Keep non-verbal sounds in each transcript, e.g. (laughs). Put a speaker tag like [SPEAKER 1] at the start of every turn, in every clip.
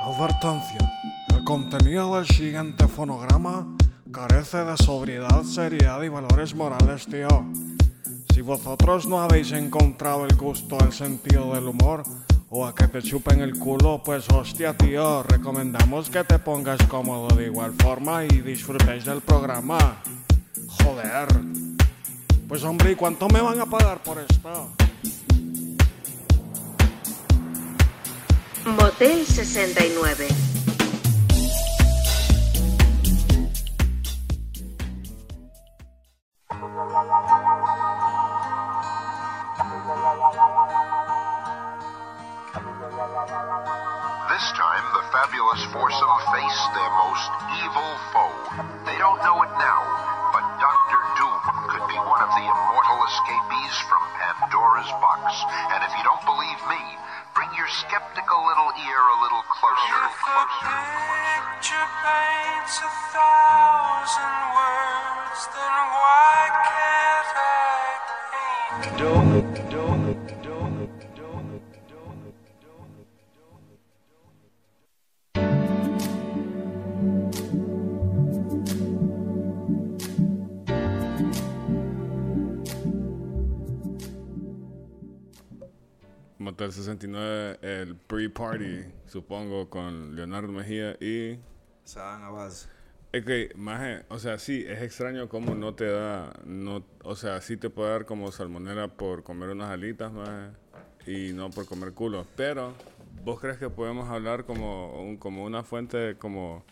[SPEAKER 1] Advertencia. El contenido del siguiente fonograma carece de sobriedad, seriedad y valores morales, tío. Si vosotros no habéis encontrado el gusto al sentido del humor o a que te chupen el culo, pues hostia, tío, recomendamos que te pongas cómodo de igual forma y disfrutéis del programa. Joder. Pues hombre, ¿y cuánto me van a pagar por esto?
[SPEAKER 2] Motel 69.
[SPEAKER 3] This time, the fabulous foursome face their most evil foe. They don't know it now, but Doctor Doom could be one of the immortal escapees from Pandora's box. And if you don't believe me, bring your skeptical little ear a little closer. closer.
[SPEAKER 4] Picture paints a thousand words, then why can't I paint?
[SPEAKER 5] Motel 69, el pre-party, supongo, con Leonardo Mejía y...
[SPEAKER 6] Saban Abbas.
[SPEAKER 5] Es que, maje, o sea, sí, es extraño cómo no te da, no, o sea, sí te puede dar como salmonera por comer unas alitas, maje, y no por comer culo. Pero, ¿vos crees que podemos hablar como, un- como una fuente, como,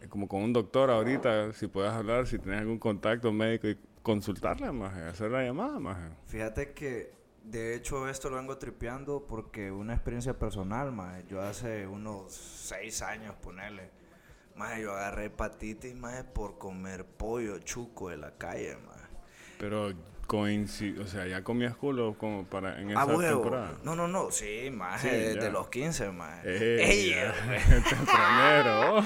[SPEAKER 5] eh, como con un doctor ahorita, si puedes hablar, si tienes algún contacto médico y consultarle, maje, hacer la llamada, maje?
[SPEAKER 6] Fíjate que de hecho esto lo vengo tripeando porque una experiencia personal, mae. Yo hace unos seis años, ponele. Mae, yo agarré hepatitis, mae, por comer pollo chuco de la calle, mae.
[SPEAKER 5] Pero coinci- o sea, ya comías culo como para en esa
[SPEAKER 6] Ah, huevo.
[SPEAKER 5] temporada.
[SPEAKER 6] No, no, no. Sí, mae,
[SPEAKER 5] Sí,
[SPEAKER 6] desde
[SPEAKER 5] ya.
[SPEAKER 6] los 15, mae.
[SPEAKER 5] ¡Ey!
[SPEAKER 6] Ey,
[SPEAKER 5] (laughs) Tempranero.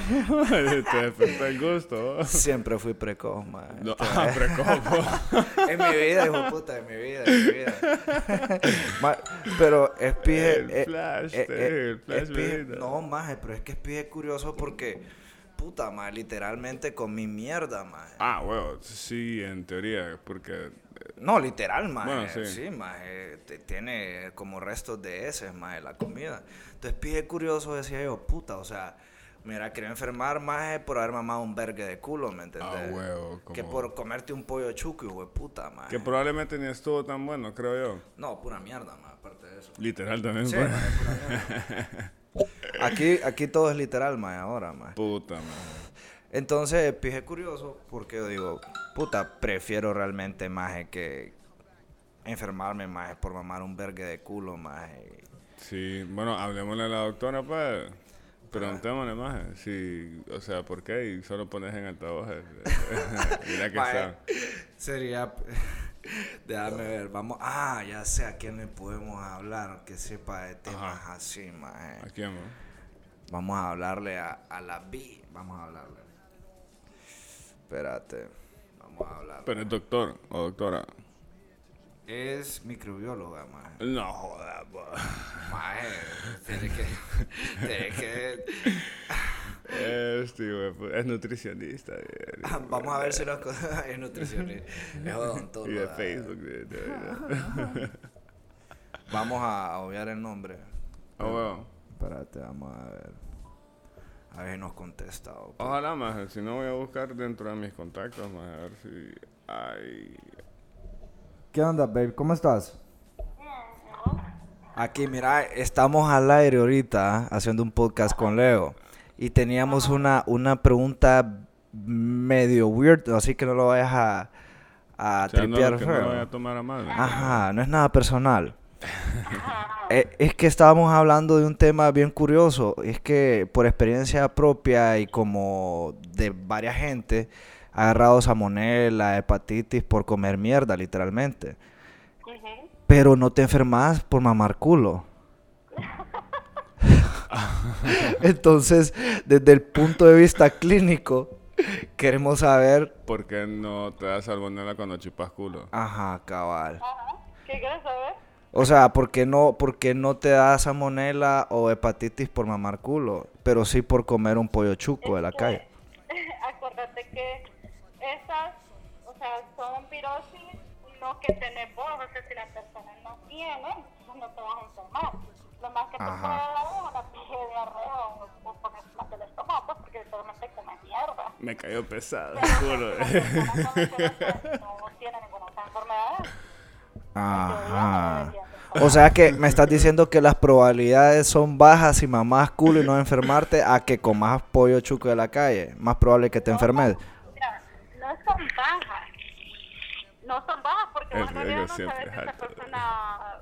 [SPEAKER 5] (laughs) Te despertó el gusto.
[SPEAKER 6] (laughs) Siempre fui precoz, mae.
[SPEAKER 5] No, (laughs) ah, precoz.
[SPEAKER 6] (laughs) En mi vida, hijo de puta, en mi vida, (laughs) en mi vida. Ma- pero es pije.
[SPEAKER 5] El
[SPEAKER 6] eh,
[SPEAKER 5] flash,
[SPEAKER 6] eh,
[SPEAKER 5] tío,
[SPEAKER 6] eh,
[SPEAKER 5] el flash
[SPEAKER 6] es pije-
[SPEAKER 5] bebida.
[SPEAKER 6] No, maje, pero es que es pije curioso porque. Puta, ma, literalmente con mi mierda, maje.
[SPEAKER 5] Ah, bueno, sí, en teoría, porque
[SPEAKER 6] No, literal, maje.
[SPEAKER 5] Bueno, sí.
[SPEAKER 6] sí. maje. te- Tiene como restos de heces, maje, la comida. Entonces, pije curioso, decía yo, puta, o sea. Mira, quería enfermar, maje, por haber mamado un vergue de culo, ¿me entendés?
[SPEAKER 5] Ah, huevo,
[SPEAKER 6] Que
[SPEAKER 5] como-
[SPEAKER 6] por comerte un pollo chuco, hijo de puta, maje.
[SPEAKER 5] que probablemente ni estuvo tan bueno, creo yo.
[SPEAKER 6] No, pura mierda, maje, aparte de eso.
[SPEAKER 5] Literal también.
[SPEAKER 6] Sí,
[SPEAKER 5] pues.
[SPEAKER 6] mae, pura
[SPEAKER 5] Eh.
[SPEAKER 6] mierda. aquí, aquí todo es literal, mae, ahora, mae.
[SPEAKER 5] (laughs) Puta, madre.
[SPEAKER 6] Entonces, pije curioso, porque yo digo, puta, prefiero realmente, maje, que enfermarme, maje, por mamar un vergue de culo, maje.
[SPEAKER 5] Sí, bueno, hablemosle a la doctora, pues. Preguntémosle más, si, o sea, ¿por qué? Y solo pones en altavoz. eh, (laughs) Mira que
[SPEAKER 6] Mae,
[SPEAKER 5] está.
[SPEAKER 6] Sería... (laughs) Déjame ver, vamos... Ah, ya sé a quién le podemos hablar que sepa de temas
[SPEAKER 5] Ajá.
[SPEAKER 6] así, maje.
[SPEAKER 5] Aquí vamos.
[SPEAKER 6] Vamos a hablarle a, a la B, vamos a hablarle. Espérate, vamos a hablar.
[SPEAKER 5] Pero es doctor o doctora.
[SPEAKER 6] Es microbióloga, maje.
[SPEAKER 5] No jodas, pues.
[SPEAKER 6] Mae, tenés que. (laughs) tenés que. (laughs)
[SPEAKER 5] Este, güey, pues, es nutricionista. eh,
[SPEAKER 6] Vamos a ver si los (laughs) cosas. Es nutricionista.
[SPEAKER 5] (laughs)
[SPEAKER 6] Es
[SPEAKER 5] Y de
[SPEAKER 6] odontóloga.
[SPEAKER 5] Facebook. de- de- de- (laughs)
[SPEAKER 6] Vamos a obviar el nombre.
[SPEAKER 5] Ah, bueno.
[SPEAKER 6] Espérate, vamos a ver. A ver si nos contesta. o-
[SPEAKER 5] Ojalá más, si no voy a buscar dentro de mis contactos más, a ver si hay...
[SPEAKER 6] ¿Qué onda, babe? ¿Cómo estás? Aquí, mira, estamos al aire ahorita ¿ah? haciendo un podcast con Leo. Y teníamos una, una pregunta medio weird, así que no lo vayas a, a
[SPEAKER 5] O sea, no,
[SPEAKER 6] tripear
[SPEAKER 5] que
[SPEAKER 6] feo. Ah.
[SPEAKER 5] no voy a tomar a mal.
[SPEAKER 6] Ajá, no es nada personal. (laughs) Eh, es que estábamos hablando de un tema bien curioso. Es que por experiencia propia y como de varias gente, ha agarrado salmonela, hepatitis por comer mierda, literalmente. Pero no te enfermas por mamar culo. Entonces, desde el punto de vista clínico, queremos saber.
[SPEAKER 5] ¿Por qué no te das salmonela cuando chupas culo?
[SPEAKER 6] Ajá, cabal.
[SPEAKER 7] Ajá. ¿Qué quieres saber? (laughs)
[SPEAKER 6] O sea, ¿por qué no, por qué no te da salmonela o hepatitis por mamar culo? Pero sí por comer un pollo chuco de la
[SPEAKER 7] que-
[SPEAKER 6] calle.
[SPEAKER 7] Acuérdate que esas, o sea, son virosis no que tenés vos, o sea, si las personas no tienen, pues no te vas a enfermar. Lo más que te puede
[SPEAKER 6] Ajá.
[SPEAKER 7] dar es una pinche diarrea o, o poner mal del estómago, pues porque solamente comes mierda.
[SPEAKER 5] Me cayó pesado,
[SPEAKER 6] (laughs)
[SPEAKER 7] Las personas con nosotros no tienen ninguna otra enfermedad.
[SPEAKER 6] Ajá. O sea que me estás diciendo que las probabilidades son bajas si mamás culo y no enfermarte a que comas pollo chuco de la calle. Más probable que te enfermes.
[SPEAKER 7] Mira, no son bajas. No son bajas porque
[SPEAKER 5] El
[SPEAKER 7] vos en realidad
[SPEAKER 5] riesgo
[SPEAKER 7] no sabes
[SPEAKER 5] siempre
[SPEAKER 7] si
[SPEAKER 5] es
[SPEAKER 7] esa
[SPEAKER 5] alto.
[SPEAKER 7] persona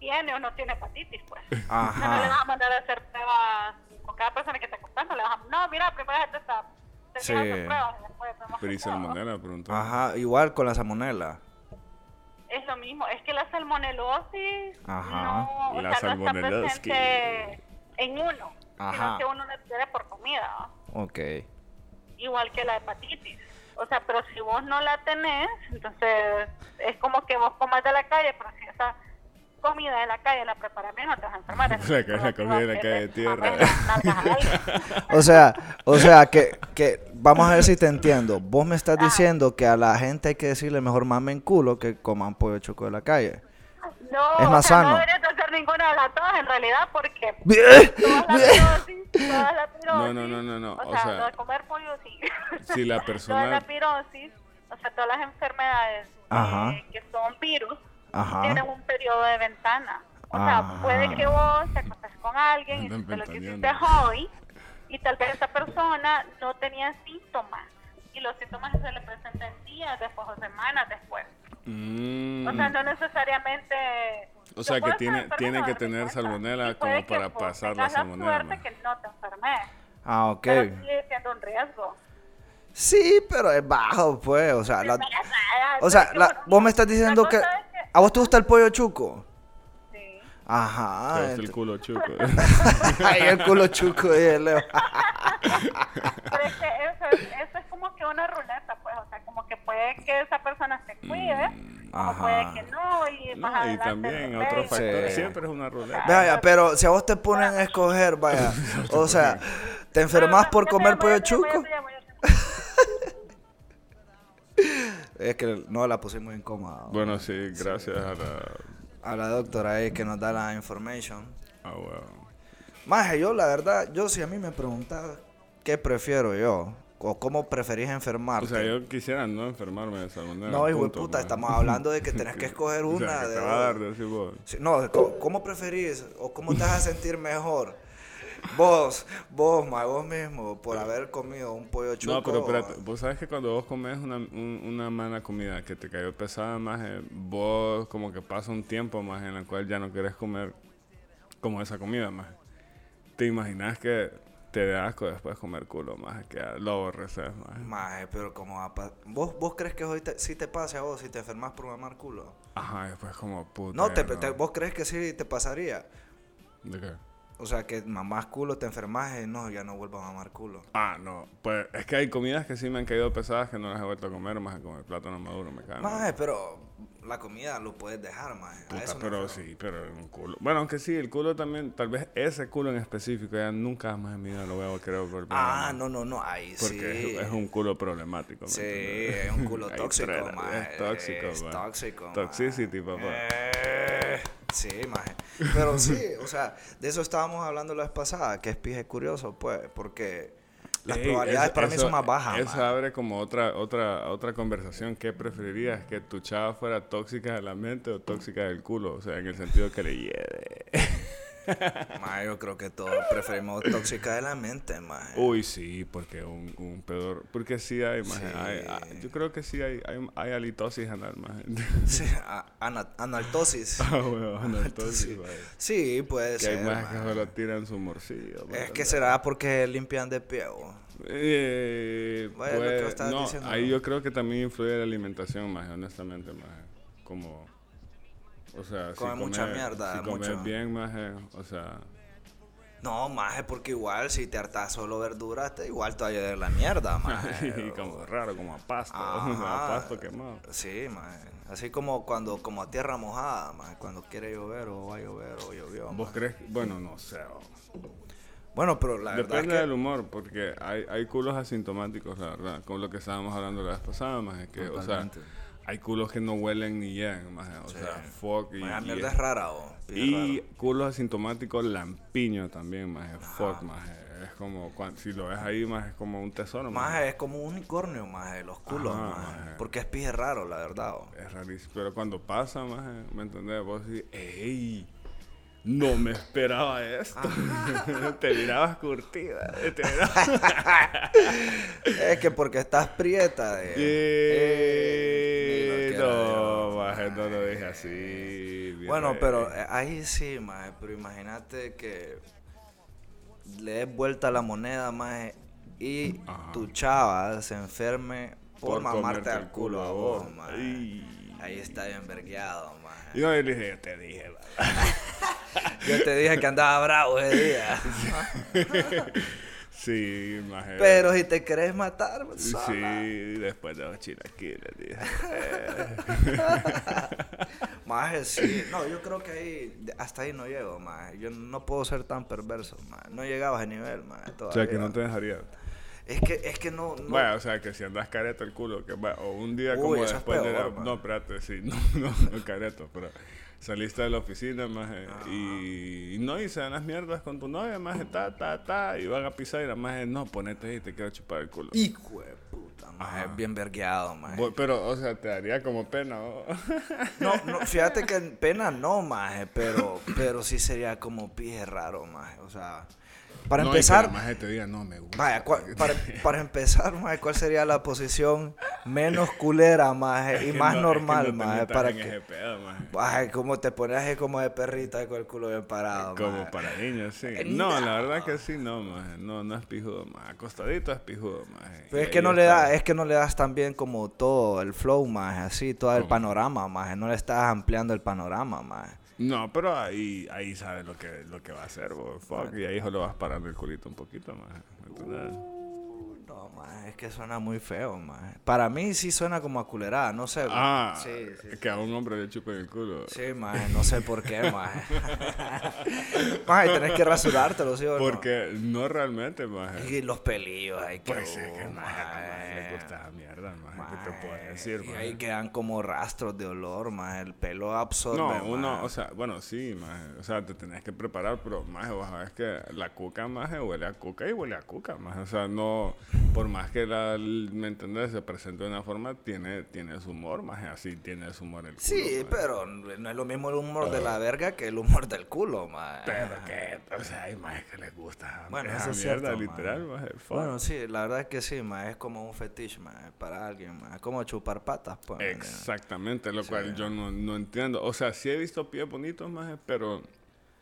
[SPEAKER 7] tiene o no tiene hepatitis, pues. O sea, no le vas
[SPEAKER 6] Ajá.
[SPEAKER 7] a mandar a hacer pruebas con cada persona que te contando. Le vas a, no, mira, primero hazte esta. Te
[SPEAKER 6] Sí.
[SPEAKER 7] sí. pruebas y después
[SPEAKER 5] (laughs)
[SPEAKER 7] hacemos
[SPEAKER 5] Pero y
[SPEAKER 7] esta, ¿no?
[SPEAKER 5] salmonela, preguntó.
[SPEAKER 6] Ajá. Igual con la salmonela.
[SPEAKER 7] Es lo mismo, es que la salmonelosis
[SPEAKER 6] Ajá.
[SPEAKER 7] no, o
[SPEAKER 5] La
[SPEAKER 7] sea, no está
[SPEAKER 5] salmonelosis.
[SPEAKER 7] presente en uno,
[SPEAKER 6] Ajá.
[SPEAKER 7] sino que uno la tiene por comida, ¿va?
[SPEAKER 6] Ok.
[SPEAKER 7] igual que la hepatitis. O sea, pero si vos no la tenés, entonces es como que vos comas de la calle, pero si esa comida de la calle la preparas bien, no te vas a enfermar.
[SPEAKER 5] (laughs) La
[SPEAKER 7] Entonces,
[SPEAKER 5] ca- la
[SPEAKER 7] tú no
[SPEAKER 5] comida de
[SPEAKER 7] ibas
[SPEAKER 5] la
[SPEAKER 7] a
[SPEAKER 5] calle,
[SPEAKER 7] tener
[SPEAKER 5] tierra.
[SPEAKER 7] mames, las nalgas
[SPEAKER 5] (laughs)
[SPEAKER 7] al aire.
[SPEAKER 6] O sea, o sea que, que vamos a ver si te entiendo. Vos me
[SPEAKER 7] Ah.
[SPEAKER 6] estás diciendo que a la gente hay que decirle mejor mamen culo que coman pollo chuco de la
[SPEAKER 7] (laughs)
[SPEAKER 6] calle.
[SPEAKER 7] No,
[SPEAKER 6] Es más
[SPEAKER 7] o sea,
[SPEAKER 6] sano.
[SPEAKER 7] no deberías de hacer ninguna de las dos en realidad porque todas las
[SPEAKER 6] Bien. (laughs)
[SPEAKER 7] pirosis, todas las pirosis,
[SPEAKER 5] No, no, no, no, no,
[SPEAKER 7] O,
[SPEAKER 5] o
[SPEAKER 7] sea,
[SPEAKER 5] sea,
[SPEAKER 7] lo de comer pollo sí. (laughs)
[SPEAKER 5] si la
[SPEAKER 7] Todas
[SPEAKER 5] persona-
[SPEAKER 7] las pirosis, o sea, todas las enfermedades
[SPEAKER 6] Ajá.
[SPEAKER 7] eh, que son virus
[SPEAKER 6] Ajá. Ah.
[SPEAKER 7] tienen un periodo de ventana. O
[SPEAKER 6] Ajá.
[SPEAKER 7] sea, puede que vos te contes con alguien y
[SPEAKER 5] Andan
[SPEAKER 7] te lo que hiciste
[SPEAKER 5] ventaneando.
[SPEAKER 7] hoy y tal vez esa persona no tenía síntomas y los síntomas se le presentan días después o semanas después.
[SPEAKER 5] Mm.
[SPEAKER 7] O sea, no necesariamente.
[SPEAKER 5] O sea, que
[SPEAKER 7] Yo puedo
[SPEAKER 5] tiene-
[SPEAKER 7] estar
[SPEAKER 5] tiene que
[SPEAKER 7] enferma,
[SPEAKER 5] tener
[SPEAKER 7] no me importa.
[SPEAKER 5] salmonela
[SPEAKER 7] Y
[SPEAKER 5] como
[SPEAKER 7] puede que,
[SPEAKER 5] para
[SPEAKER 7] pues,
[SPEAKER 5] pasar la
[SPEAKER 7] tengas
[SPEAKER 5] salmonela,
[SPEAKER 7] suerte
[SPEAKER 5] ¿no?
[SPEAKER 7] que no te enfermes.
[SPEAKER 6] Ah, ok.
[SPEAKER 7] Pero sigue siendo un riesgo.
[SPEAKER 6] Sí, pero es bajo, pues. O sea, la-
[SPEAKER 7] ah,
[SPEAKER 6] o sea
[SPEAKER 7] Porque,
[SPEAKER 6] la-
[SPEAKER 7] bueno,
[SPEAKER 6] vos me estás diciendo
[SPEAKER 7] la
[SPEAKER 6] que...
[SPEAKER 7] cosa es que-
[SPEAKER 6] ¿A vos te gusta el pollo chuco?
[SPEAKER 7] Sí.
[SPEAKER 5] Te
[SPEAKER 6] Ajá.
[SPEAKER 5] gusta el
[SPEAKER 6] ent-
[SPEAKER 5] culo, chuco.
[SPEAKER 6] (laughs)
[SPEAKER 7] (laughs)
[SPEAKER 6] Ay, el culo chuco, dije Leo.
[SPEAKER 7] Pero es que eso es, eso es como que una ruleta, pues. O sea, como que puede que esa persona se cuide,
[SPEAKER 6] ajá.
[SPEAKER 7] o puede que no, y más
[SPEAKER 5] Mm, No, y
[SPEAKER 7] adelante
[SPEAKER 5] también
[SPEAKER 7] se
[SPEAKER 5] otros
[SPEAKER 7] ve.
[SPEAKER 5] factores.
[SPEAKER 6] Sí.
[SPEAKER 5] Siempre es una ruleta.
[SPEAKER 6] Vaya, pero si a vos te ponen a escoger,
[SPEAKER 5] (laughs)
[SPEAKER 6] vaya. O sea, ¿te enfermas
[SPEAKER 7] Ah,
[SPEAKER 6] por
[SPEAKER 7] ya
[SPEAKER 6] comer
[SPEAKER 7] me
[SPEAKER 6] pollo
[SPEAKER 7] llamó, ya me
[SPEAKER 6] chuco?
[SPEAKER 7] llamó, ya me llamó, ya me llamó.
[SPEAKER 6] Es que no la pusimos incómoda.
[SPEAKER 5] Bueno, sí, gracias a la.
[SPEAKER 6] A la doctora ahí que nos da la information.
[SPEAKER 5] Ah, wow.
[SPEAKER 6] Maje, yo la verdad, yo si a mí me preguntas qué prefiero yo, o cómo preferís enfermarte.
[SPEAKER 5] O sea, yo quisiera no enfermarme de salmonela.
[SPEAKER 6] No, hijo de
[SPEAKER 5] punto,
[SPEAKER 6] puta,
[SPEAKER 5] man. (laughs)
[SPEAKER 6] estamos hablando de que tenés que escoger
[SPEAKER 5] O sea,
[SPEAKER 6] una
[SPEAKER 5] que
[SPEAKER 6] de
[SPEAKER 5] te va a dar,
[SPEAKER 6] dos.
[SPEAKER 5] decís vos.
[SPEAKER 6] Sí, No, de co- ¿cómo preferís o cómo te vas a sentir mejor? Vos, vos, ma, vos mismo, por haber comido un pollo chuco.
[SPEAKER 5] No, pero espérate, vos sabes que cuando vos comes una, un- una mala comida que te cayó pesada más, eh, vos como que pasa un tiempo más en el cual ya no querés comer como esa comida más. Te imaginas que te da asco después de comer culo más, que lo aborreces más.
[SPEAKER 6] Maje, pero cómo va a pasar. ¿Vos, ¿Vos crees que hoy te, sí te pase a vos si te enfermas por mamar culo?
[SPEAKER 5] Ajá, después como puta.
[SPEAKER 6] No, te,
[SPEAKER 5] ya
[SPEAKER 6] te- ¿vos crees que sí te pasaría?
[SPEAKER 5] ¿De qué?
[SPEAKER 6] O sea, que mamás culo, te enfermas y no, ya no vuelvo a mamar culo.
[SPEAKER 5] Ah, no. Pues es que hay comidas que sí me han caído pesadas que no las he vuelto a comer más con el plátano maduro, me cae.
[SPEAKER 6] Maje, pero la comida lo puedes dejar, maje. A
[SPEAKER 5] Ah, Puta,
[SPEAKER 6] eso me
[SPEAKER 5] pero
[SPEAKER 6] refiero.
[SPEAKER 5] sí, pero un culo. Bueno, aunque sí, el culo también, tal vez ese culo en específico, ya nunca más en mi vida lo voy a querer volver. a
[SPEAKER 6] Ah,
[SPEAKER 5] ver,
[SPEAKER 6] no, no, no, ahí sí.
[SPEAKER 5] Porque es, es un culo problemático. ¿me
[SPEAKER 6] Sí,
[SPEAKER 5] entiendes?
[SPEAKER 6] es
[SPEAKER 5] (laughs)
[SPEAKER 6] un culo
[SPEAKER 5] Ahí
[SPEAKER 6] tóxico,
[SPEAKER 5] trae la-
[SPEAKER 6] maje.
[SPEAKER 5] Es tóxico,
[SPEAKER 6] Es
[SPEAKER 5] maje.
[SPEAKER 6] tóxico, maje.
[SPEAKER 5] Toxicity, papá.
[SPEAKER 6] Eh, sí, maje. Pero sí, o sea, de eso estábamos hablando la vez pasada, que es pije curioso, pues, porque las
[SPEAKER 5] Ey,
[SPEAKER 6] probabilidades
[SPEAKER 5] eso-
[SPEAKER 6] para mí
[SPEAKER 5] eso-
[SPEAKER 6] son más bajas.
[SPEAKER 5] Eso
[SPEAKER 6] maje.
[SPEAKER 5] abre como otra, otra, otra conversación. ¿Qué preferirías? ¿Que tu chava fuera tóxica de la mente o tóxica del culo? O sea, en el sentido que le lleve.
[SPEAKER 6] (laughs) Maje, yo creo que todos preferimos tóxica de la mente, maje.
[SPEAKER 5] Uy, sí, porque un, un peor. Porque sí hay más. hay- hay- yo creo que sí hay, hay, hay halitosis anal más.
[SPEAKER 6] (laughs) Sí, a- ana-
[SPEAKER 5] (laughs)
[SPEAKER 6] analtosis.
[SPEAKER 5] ah, huevón, halitosis,
[SPEAKER 6] Sí,
[SPEAKER 5] maje.
[SPEAKER 6] sí, puede
[SPEAKER 5] Que hay
[SPEAKER 6] ser.
[SPEAKER 5] más que
[SPEAKER 6] maje.
[SPEAKER 5] solo tiran su morcillo.
[SPEAKER 6] Es que será porque limpian de pie. o-
[SPEAKER 5] Eh,
[SPEAKER 6] Vaya, lo que
[SPEAKER 5] pues,
[SPEAKER 6] vos estabas
[SPEAKER 5] no,
[SPEAKER 6] diciendo,
[SPEAKER 5] ahí
[SPEAKER 6] ¿no?
[SPEAKER 5] yo creo que también influye la alimentación más, honestamente, más. Como. O sea, si
[SPEAKER 6] Come mucha
[SPEAKER 5] comes- Si
[SPEAKER 6] mierda,
[SPEAKER 5] comes
[SPEAKER 6] mucho.
[SPEAKER 5] bien, más, o sea.
[SPEAKER 6] No, maje, porque igual si te hartas solo verduras, te igual te va a llevar la
[SPEAKER 5] (laughs)
[SPEAKER 6] mierda, maje.
[SPEAKER 5] y como raro, como a pasto, (laughs) como a
[SPEAKER 6] Ajá.
[SPEAKER 5] pasto quemado.
[SPEAKER 6] Sí, maje. Así como cuando como a tierra mojada, maje, cuando quiere llover o va a llover o llovió.
[SPEAKER 5] ¿Vos
[SPEAKER 6] maje.
[SPEAKER 5] crees? que- Bueno, no sé. o-
[SPEAKER 6] Bueno, pero la verdad es
[SPEAKER 5] Depende
[SPEAKER 6] que
[SPEAKER 5] del humor, porque hay, hay culos asintomáticos, la verdad, con lo que estábamos hablando la vez pasada, más es que, o sea,
[SPEAKER 6] Totalmente.
[SPEAKER 5] hay culos que no huelen ni llegan, más o sea, fuck y...
[SPEAKER 6] la
[SPEAKER 5] y-
[SPEAKER 6] mierda es rara, o
[SPEAKER 5] Y culos asintomáticos lampiño también, más
[SPEAKER 6] Ah.
[SPEAKER 5] fuck, más es como, cuan- si lo ves ahí, más es como un tesoro, maje.
[SPEAKER 6] Maje, es como un unicornio, maje, los culos,
[SPEAKER 5] Ajá, Eh.
[SPEAKER 6] maje.
[SPEAKER 5] maje.
[SPEAKER 6] Porque es pije raro, la verdad, o.
[SPEAKER 5] Es rarísimo, pero cuando pasa, más ¿me entendés? Vos decís, ¡ey! No me esperaba esto.
[SPEAKER 6] Ah.
[SPEAKER 5] (laughs) te mirabas
[SPEAKER 6] (laughs)
[SPEAKER 5] curtida. Te mirabas...
[SPEAKER 6] Es que porque estás prieta,
[SPEAKER 5] (laughs)
[SPEAKER 6] eh. Eh,
[SPEAKER 5] Eh,
[SPEAKER 6] ni lo quiero,
[SPEAKER 5] no,
[SPEAKER 6] Dios.
[SPEAKER 5] maje, no lo dije así. mi
[SPEAKER 6] Bueno,
[SPEAKER 5] rey.
[SPEAKER 6] pero eh, ahí sí, maje, pero imagínate que le des vuelta a la moneda, maje, y
[SPEAKER 5] Ajá.
[SPEAKER 6] tu chava se enferme por, mamarte
[SPEAKER 5] comerte
[SPEAKER 6] al
[SPEAKER 5] el
[SPEAKER 6] culo a vos, maje.
[SPEAKER 5] Ay.
[SPEAKER 6] Ahí está bien vergueado, maje.
[SPEAKER 5] Y no, yo le dije, te dije, va. (laughs)
[SPEAKER 6] Yo te dije que andaba bravo ese
[SPEAKER 5] (laughs)
[SPEAKER 6] día.
[SPEAKER 5] Sí, maje.
[SPEAKER 6] Pero si te querés matar, sola.
[SPEAKER 5] Sí, después de los chilaquiles, dije.
[SPEAKER 6] Maje, sí. No, yo creo que ahí, de- hasta ahí no llego, maje. Yo no puedo ser tan perverso, maje. No llegaba a ese nivel, maje,
[SPEAKER 5] (laughs) O sea, que
[SPEAKER 6] todavía.
[SPEAKER 5] no te dejaría.
[SPEAKER 6] Es que, es que no... no-
[SPEAKER 5] Bueno, o sea, que si andas careta el culo, que va, o un día
[SPEAKER 6] Uy,
[SPEAKER 5] como
[SPEAKER 6] eso es
[SPEAKER 5] después de la...
[SPEAKER 6] peor, man.
[SPEAKER 5] No, espérate, sí, (laughs) no, no, no careto, pero saliste de la oficina, más eh,
[SPEAKER 6] Ah.
[SPEAKER 5] y, y no, y se dan las mierdas con tu novia, más eh, ta, ta, ta, y van a pisar y la más eh, no, ponete ahí, te quiero chupar el culo.
[SPEAKER 6] Hijo de puta, maje. Bien vergueado, maje.
[SPEAKER 5] Bo- Pero, o sea, te daría como pena, ¿o?
[SPEAKER 6] No, no, fíjate que en pena no, maje, pero, pero sí sería como pie raro, maje. O sea, para
[SPEAKER 5] (laughs) No, y que
[SPEAKER 6] empezar,
[SPEAKER 5] la maje eh, te diga, no, me gusta.
[SPEAKER 6] vaya, cua-
[SPEAKER 5] (laughs)
[SPEAKER 6] para, para empezar, maje, ¿cuál sería la posición menos culera, maje, y
[SPEAKER 5] Que
[SPEAKER 6] más
[SPEAKER 5] no- es que
[SPEAKER 6] normal,
[SPEAKER 5] no te
[SPEAKER 6] maje,
[SPEAKER 5] metas
[SPEAKER 6] para
[SPEAKER 5] en ese
[SPEAKER 6] que,
[SPEAKER 5] pedo, eh. maje.
[SPEAKER 6] maje, como te pones así como de perrita y con el culo bien parado,
[SPEAKER 5] Como
[SPEAKER 6] maje.
[SPEAKER 5] para niños, sí.
[SPEAKER 6] Eh,
[SPEAKER 5] No, la verdad que sí, no, maje. No, no es pijudo, maje. Acostadito es pijudo, maje.
[SPEAKER 6] Pero
[SPEAKER 5] Y
[SPEAKER 6] es que
[SPEAKER 5] ahí
[SPEAKER 6] no le
[SPEAKER 5] está.
[SPEAKER 6] da, eh. es que no le das tan bien como todo el flow, maje, así, todo el panorama, maje, no le estás ampliando el panorama, maje.
[SPEAKER 5] No, pero ahí, ahí sabes lo que, lo que va a hacer, bo, fuck, y ahí solo vas parando el culito un poquito más. ¿entendés?
[SPEAKER 6] Uh, No, maje, es que suena muy feo, maje. Para mí sí suena como a culerada, no sé. güey.
[SPEAKER 5] ah,
[SPEAKER 6] sí, sí.
[SPEAKER 5] que a un hombre le chupen el culo.
[SPEAKER 6] Sí, maje, no sé por qué, (laughs) maje. maje, tenés que rasurártelo, ¿sí o no?
[SPEAKER 5] Porque no realmente, maje.
[SPEAKER 6] Y los pelillos ahí que...
[SPEAKER 5] Pues es que,
[SPEAKER 6] uh,
[SPEAKER 5] maje, a tu maje le
[SPEAKER 6] maje.
[SPEAKER 5] gusta esa mierda, maje, ¿qué te
[SPEAKER 6] Maje,
[SPEAKER 5] puedo decir,
[SPEAKER 6] Pues, Y ahí
[SPEAKER 5] maje?
[SPEAKER 6] quedan como rastros de olor, maje. El pelo absorbe,
[SPEAKER 5] No, uno,
[SPEAKER 6] maje.
[SPEAKER 5] o sea, bueno, sí, maje, o sea, te tenés que preparar, pero, maje, vos sabés que la cuca, maje, huele a cuca y huele a cuca, maje, o sea, no, por más que la, me entendés, se presente de una forma, tiene, tiene su humor, maje, así tiene su humor el culo,
[SPEAKER 6] Sí,
[SPEAKER 5] maje.
[SPEAKER 6] pero no es lo mismo el humor de la verga que el humor del culo, maje.
[SPEAKER 5] Pero que, o sea, hay más que les gusta.
[SPEAKER 6] Bueno,
[SPEAKER 5] esa
[SPEAKER 6] eso es
[SPEAKER 5] mierda,
[SPEAKER 6] cierto,
[SPEAKER 5] literal,
[SPEAKER 6] maje.
[SPEAKER 5] maje, fuck.
[SPEAKER 6] Bueno, sí, la verdad es que sí, ma, es como un fetiche, ma, para alguien, ma, es como chupar patas, pues. ¿me entiendes?
[SPEAKER 5] Exactamente, lo cual yo no, no entiendo. O sea, sí he visto pies bonitos, maje, pero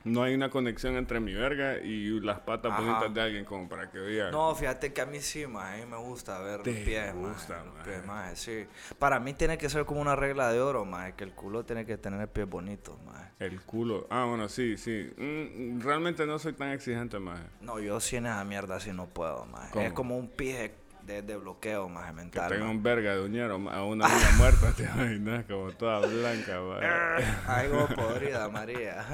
[SPEAKER 5] no hay una conexión entre mi verga y las patas
[SPEAKER 6] Ajá.
[SPEAKER 5] bonitas de alguien como para que diga.
[SPEAKER 6] No, fíjate que a mí sí, ma, a mí me gusta ver los
[SPEAKER 5] Te
[SPEAKER 6] pies, ma,
[SPEAKER 5] gusta,
[SPEAKER 6] los
[SPEAKER 5] ma.
[SPEAKER 6] pies, ma, sí. Para mí tiene que ser como una regla de oro, ma, que el culo tiene que tener pies bonitos, ma.
[SPEAKER 5] El culo. Ah, bueno, sí, sí. Mm, realmente no soy tan exigente, maje.
[SPEAKER 6] No, yo sin esa mierda sí no puedo, ma. Es
[SPEAKER 5] ¿Cómo?
[SPEAKER 6] como un pie de, de bloqueo, ma,
[SPEAKER 5] Que
[SPEAKER 6] mental.
[SPEAKER 5] tenga
[SPEAKER 6] (laughs) ma.
[SPEAKER 5] un verga de uñero, ma, a
[SPEAKER 6] (laughs)
[SPEAKER 5] una niña muerta, te imaginas, como toda blanca, maje.
[SPEAKER 6] Eh, Algo podrida, María.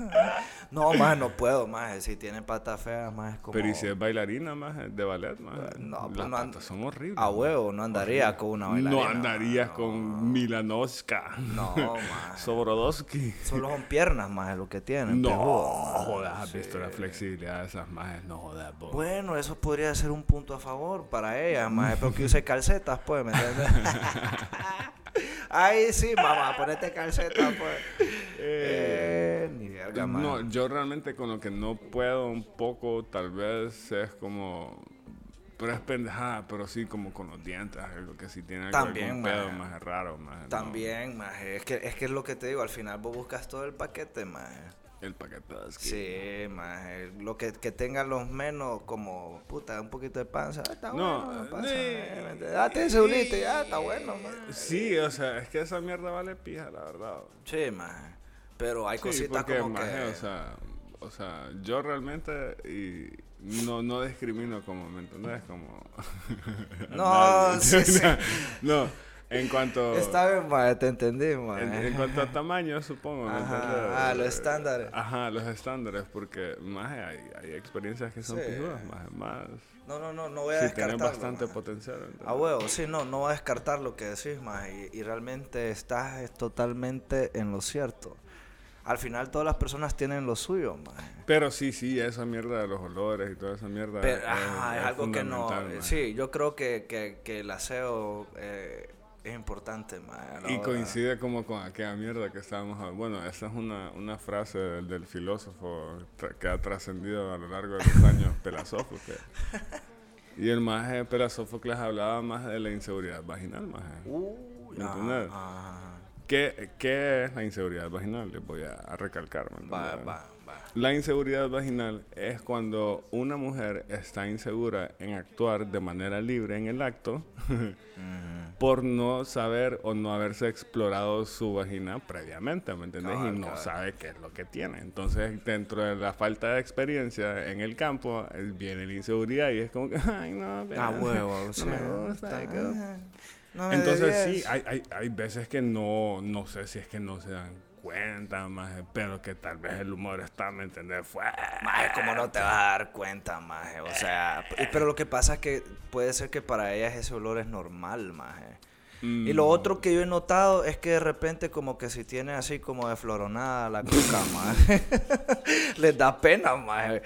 [SPEAKER 6] (laughs) no, ma, no puedo, ma, si tiene patas feas, ma, es como...
[SPEAKER 5] Pero y si es bailarina, maje, de ballet, maje.
[SPEAKER 6] No, pues
[SPEAKER 5] las
[SPEAKER 6] no and-
[SPEAKER 5] patas son horribles.
[SPEAKER 6] A
[SPEAKER 5] maje.
[SPEAKER 6] huevo, no andaría con una bailarina.
[SPEAKER 5] No andarías
[SPEAKER 6] ma,
[SPEAKER 5] con Milanoska. (laughs)
[SPEAKER 6] No, ma.
[SPEAKER 5] Sobrodowski.
[SPEAKER 6] Solo son piernas más lo que tienen. pues,
[SPEAKER 5] No,
[SPEAKER 6] peludo, ma.
[SPEAKER 5] jodas, has visto la flexibilidad de esas majes, no jodas, vos.
[SPEAKER 6] Bueno, eso podría ser un punto a favor para ella, más pero que use calcetas, pues, ¿me entiendes?
[SPEAKER 5] (laughs)
[SPEAKER 6] Ahí sí, mamá, ponete calcetas, pues. Eh, ni verga, ma.
[SPEAKER 5] No, yo realmente con lo que no puedo un poco, tal vez es como. Pero es pendejada, pero sí como con los dientes, algo que sí tiene algo-
[SPEAKER 6] También,
[SPEAKER 5] algún
[SPEAKER 6] maje.
[SPEAKER 5] pedo más raro, más.
[SPEAKER 6] También, más es que, es que es lo que te digo, al final vos buscas todo el paquete, más
[SPEAKER 5] el paquetazqui.
[SPEAKER 6] Sí, maje. Lo que, que tengan los menos, como, puta, un poquito de panza. Ah, está
[SPEAKER 5] No,
[SPEAKER 6] bueno, la panza.
[SPEAKER 5] eh,
[SPEAKER 6] eh, vente, Date ese unito y ya, ah, está bueno, maje.
[SPEAKER 5] Sí, o sea, es que esa mierda vale pija, la verdad.
[SPEAKER 6] Sí, maje. Pero hay
[SPEAKER 5] Sí,
[SPEAKER 6] cositas
[SPEAKER 5] porque,
[SPEAKER 6] como
[SPEAKER 5] maje,
[SPEAKER 6] que...
[SPEAKER 5] o sea, o sea, yo realmente y no, no discrimino como, ¿me entendés? Como... (laughs)
[SPEAKER 6] No, sí, sí.
[SPEAKER 5] No, en cuanto...
[SPEAKER 6] Está bien, mae, te entendí, mae.
[SPEAKER 5] En, en
[SPEAKER 6] (laughs)
[SPEAKER 5] cuanto a tamaño, supongo. ¿me
[SPEAKER 6] Ajá,
[SPEAKER 5] entendés?
[SPEAKER 6] ah, los estándares.
[SPEAKER 5] Ajá, los estándares, porque más hay, hay experiencias que son
[SPEAKER 6] Sí.
[SPEAKER 5] pijudas, más, más.
[SPEAKER 6] No, no, no, no voy a
[SPEAKER 5] Si
[SPEAKER 6] descartarlo.
[SPEAKER 5] tenés bastante
[SPEAKER 6] mae.
[SPEAKER 5] potencial. ¿entendés?
[SPEAKER 6] A huevo, sí, no, no va a descartar lo que decís, más y, y realmente estás eh, totalmente en lo cierto. Al final todas las personas tienen lo suyo, más.
[SPEAKER 5] Pero sí, sí, esa mierda de los olores y toda esa mierda.
[SPEAKER 6] Pero, ajá, es, algo que no. eh,
[SPEAKER 5] fundamental, mae.
[SPEAKER 6] Sí, yo creo que, que, que el aseo eh, es importante, mae, a la
[SPEAKER 5] Y
[SPEAKER 6] hora-
[SPEAKER 5] coincide como con aquella mierda que estábamos hablando. Bueno, esa es una, una frase del, del filósofo tra- que ha trascendido a lo largo de los años, Pelasófocles. Y el maje Pelasófocles hablaba más de la inseguridad vaginal, maje.
[SPEAKER 6] Uy, ah,
[SPEAKER 5] ¿Me
[SPEAKER 6] ajá,
[SPEAKER 5] entendés?
[SPEAKER 6] ajá.
[SPEAKER 5] ¿Qué, qué es la inseguridad vaginal? Les voy a, a recalcar. ¿me
[SPEAKER 6] Va,
[SPEAKER 5] entendés?
[SPEAKER 6] va, va.
[SPEAKER 5] La inseguridad vaginal es cuando una mujer está insegura en actuar de manera libre en el
[SPEAKER 6] (laughs)
[SPEAKER 5] acto por no saber o no haberse explorado su vagina previamente, ¿me entendés?
[SPEAKER 6] Cabal,
[SPEAKER 5] y no
[SPEAKER 6] cabal.
[SPEAKER 5] sabe qué es lo que tiene. Entonces, dentro de la falta de experiencia en el campo, eh, viene la inseguridad y es como que, (laughs) ay, no, pero
[SPEAKER 6] Ah, huevo,
[SPEAKER 5] (laughs) no
[SPEAKER 6] sí.
[SPEAKER 5] me gusta, ¿qué?"
[SPEAKER 6] No me
[SPEAKER 5] Entonces
[SPEAKER 6] debías.
[SPEAKER 5] sí, hay, hay, hay veces que no, no sé si es que no se dan cuenta, maje, pero que tal vez el humor está, ¿me entendés? Fue...
[SPEAKER 6] Maje, ¿cómo no te vas a dar cuenta, maje? O sea, p- pero lo que pasa es que puede ser que para ellas ese olor es normal, maje. Y
[SPEAKER 5] Mm.
[SPEAKER 6] lo otro que yo he notado es que de repente como que si tiene así como desfloronada la
[SPEAKER 5] (laughs)
[SPEAKER 6] cuca, (laughs) maje. Les da pena, maje.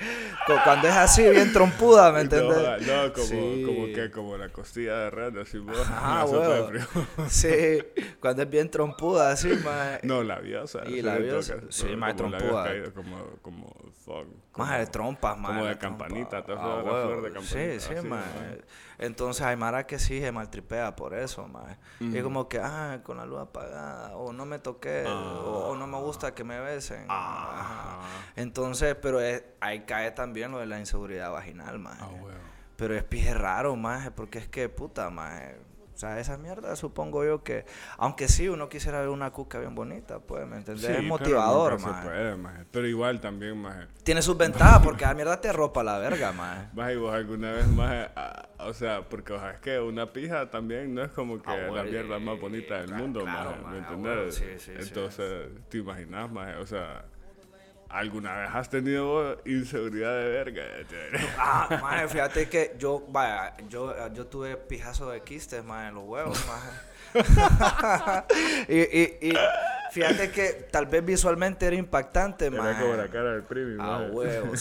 [SPEAKER 6] Cu- Cuando es así, bien trompuda, ¿me entiendes?
[SPEAKER 5] No, no, como,
[SPEAKER 6] Sí.
[SPEAKER 5] como que, como la costilla de red, así, vos, (laughs)
[SPEAKER 6] Ajá,
[SPEAKER 5] la sopa de
[SPEAKER 6] huevo.
[SPEAKER 5] frijol.
[SPEAKER 6] Sí, cuando es bien trompuda, así, maje.
[SPEAKER 5] (laughs) No, labiosa.
[SPEAKER 6] Y
[SPEAKER 5] así,
[SPEAKER 6] labiosa,
[SPEAKER 5] de toque,
[SPEAKER 6] sí,
[SPEAKER 5] como
[SPEAKER 6] maje,
[SPEAKER 5] labios
[SPEAKER 6] trompuda.
[SPEAKER 5] caídos, Como, como, fuck, como-
[SPEAKER 6] Más de trompas, más.
[SPEAKER 5] Como de campanita, te
[SPEAKER 6] ah,
[SPEAKER 5] flor- la flor
[SPEAKER 6] huevo.
[SPEAKER 5] de campanita.
[SPEAKER 6] Sí, sí,
[SPEAKER 5] así,
[SPEAKER 6] más.
[SPEAKER 5] maje.
[SPEAKER 6] Entonces hay Mara que sí se maltripea por eso, más. Y como que, ah, con la luz apagada, o no me toqué, o, o no me gusta que me besen.
[SPEAKER 5] Ah.
[SPEAKER 6] Ajá. Entonces, pero es- ahí cae también lo de la inseguridad vaginal, más.
[SPEAKER 5] Ah, huevo.
[SPEAKER 6] Pero es pije raro, maje, porque es que, puta, maje. O sea, esa mierda supongo yo que... Aunque sí, uno quisiera ver una cuca bien bonita, pues, ¿me entendés?
[SPEAKER 5] Sí,
[SPEAKER 6] es
[SPEAKER 5] pero
[SPEAKER 6] motivador,
[SPEAKER 5] nunca se
[SPEAKER 6] maje.
[SPEAKER 5] puede, maje. Pero igual también, maje.
[SPEAKER 6] Tiene sus ventajas porque la mierda te ropa la verga, maje.
[SPEAKER 5] Vas y vos alguna vez más, ah, o sea, porque o sea, es que una pija también no es como que
[SPEAKER 6] Ah, bueno,
[SPEAKER 5] la mierda más bonita del
[SPEAKER 6] claro,
[SPEAKER 5] mundo,
[SPEAKER 6] claro,
[SPEAKER 5] maje,
[SPEAKER 6] maje,
[SPEAKER 5] ¿me
[SPEAKER 6] ah, bueno,
[SPEAKER 5] entendés?
[SPEAKER 6] sí, sí, sí.
[SPEAKER 5] Entonces, te imaginas, maje, o sea, ¿alguna vez has tenido vos inseguridad de verga?
[SPEAKER 6] (laughs) Ah, maje, fíjate que yo, vaya, yo, ah, yo tuve pijazo de quistes, maje, en los huevos, maje. (laughs) y, y, y fíjate que tal vez visualmente era impactante,
[SPEAKER 5] Era como la
[SPEAKER 6] maje.
[SPEAKER 5] cara del primi,
[SPEAKER 6] Ah,
[SPEAKER 5] maje.
[SPEAKER 6] huevos,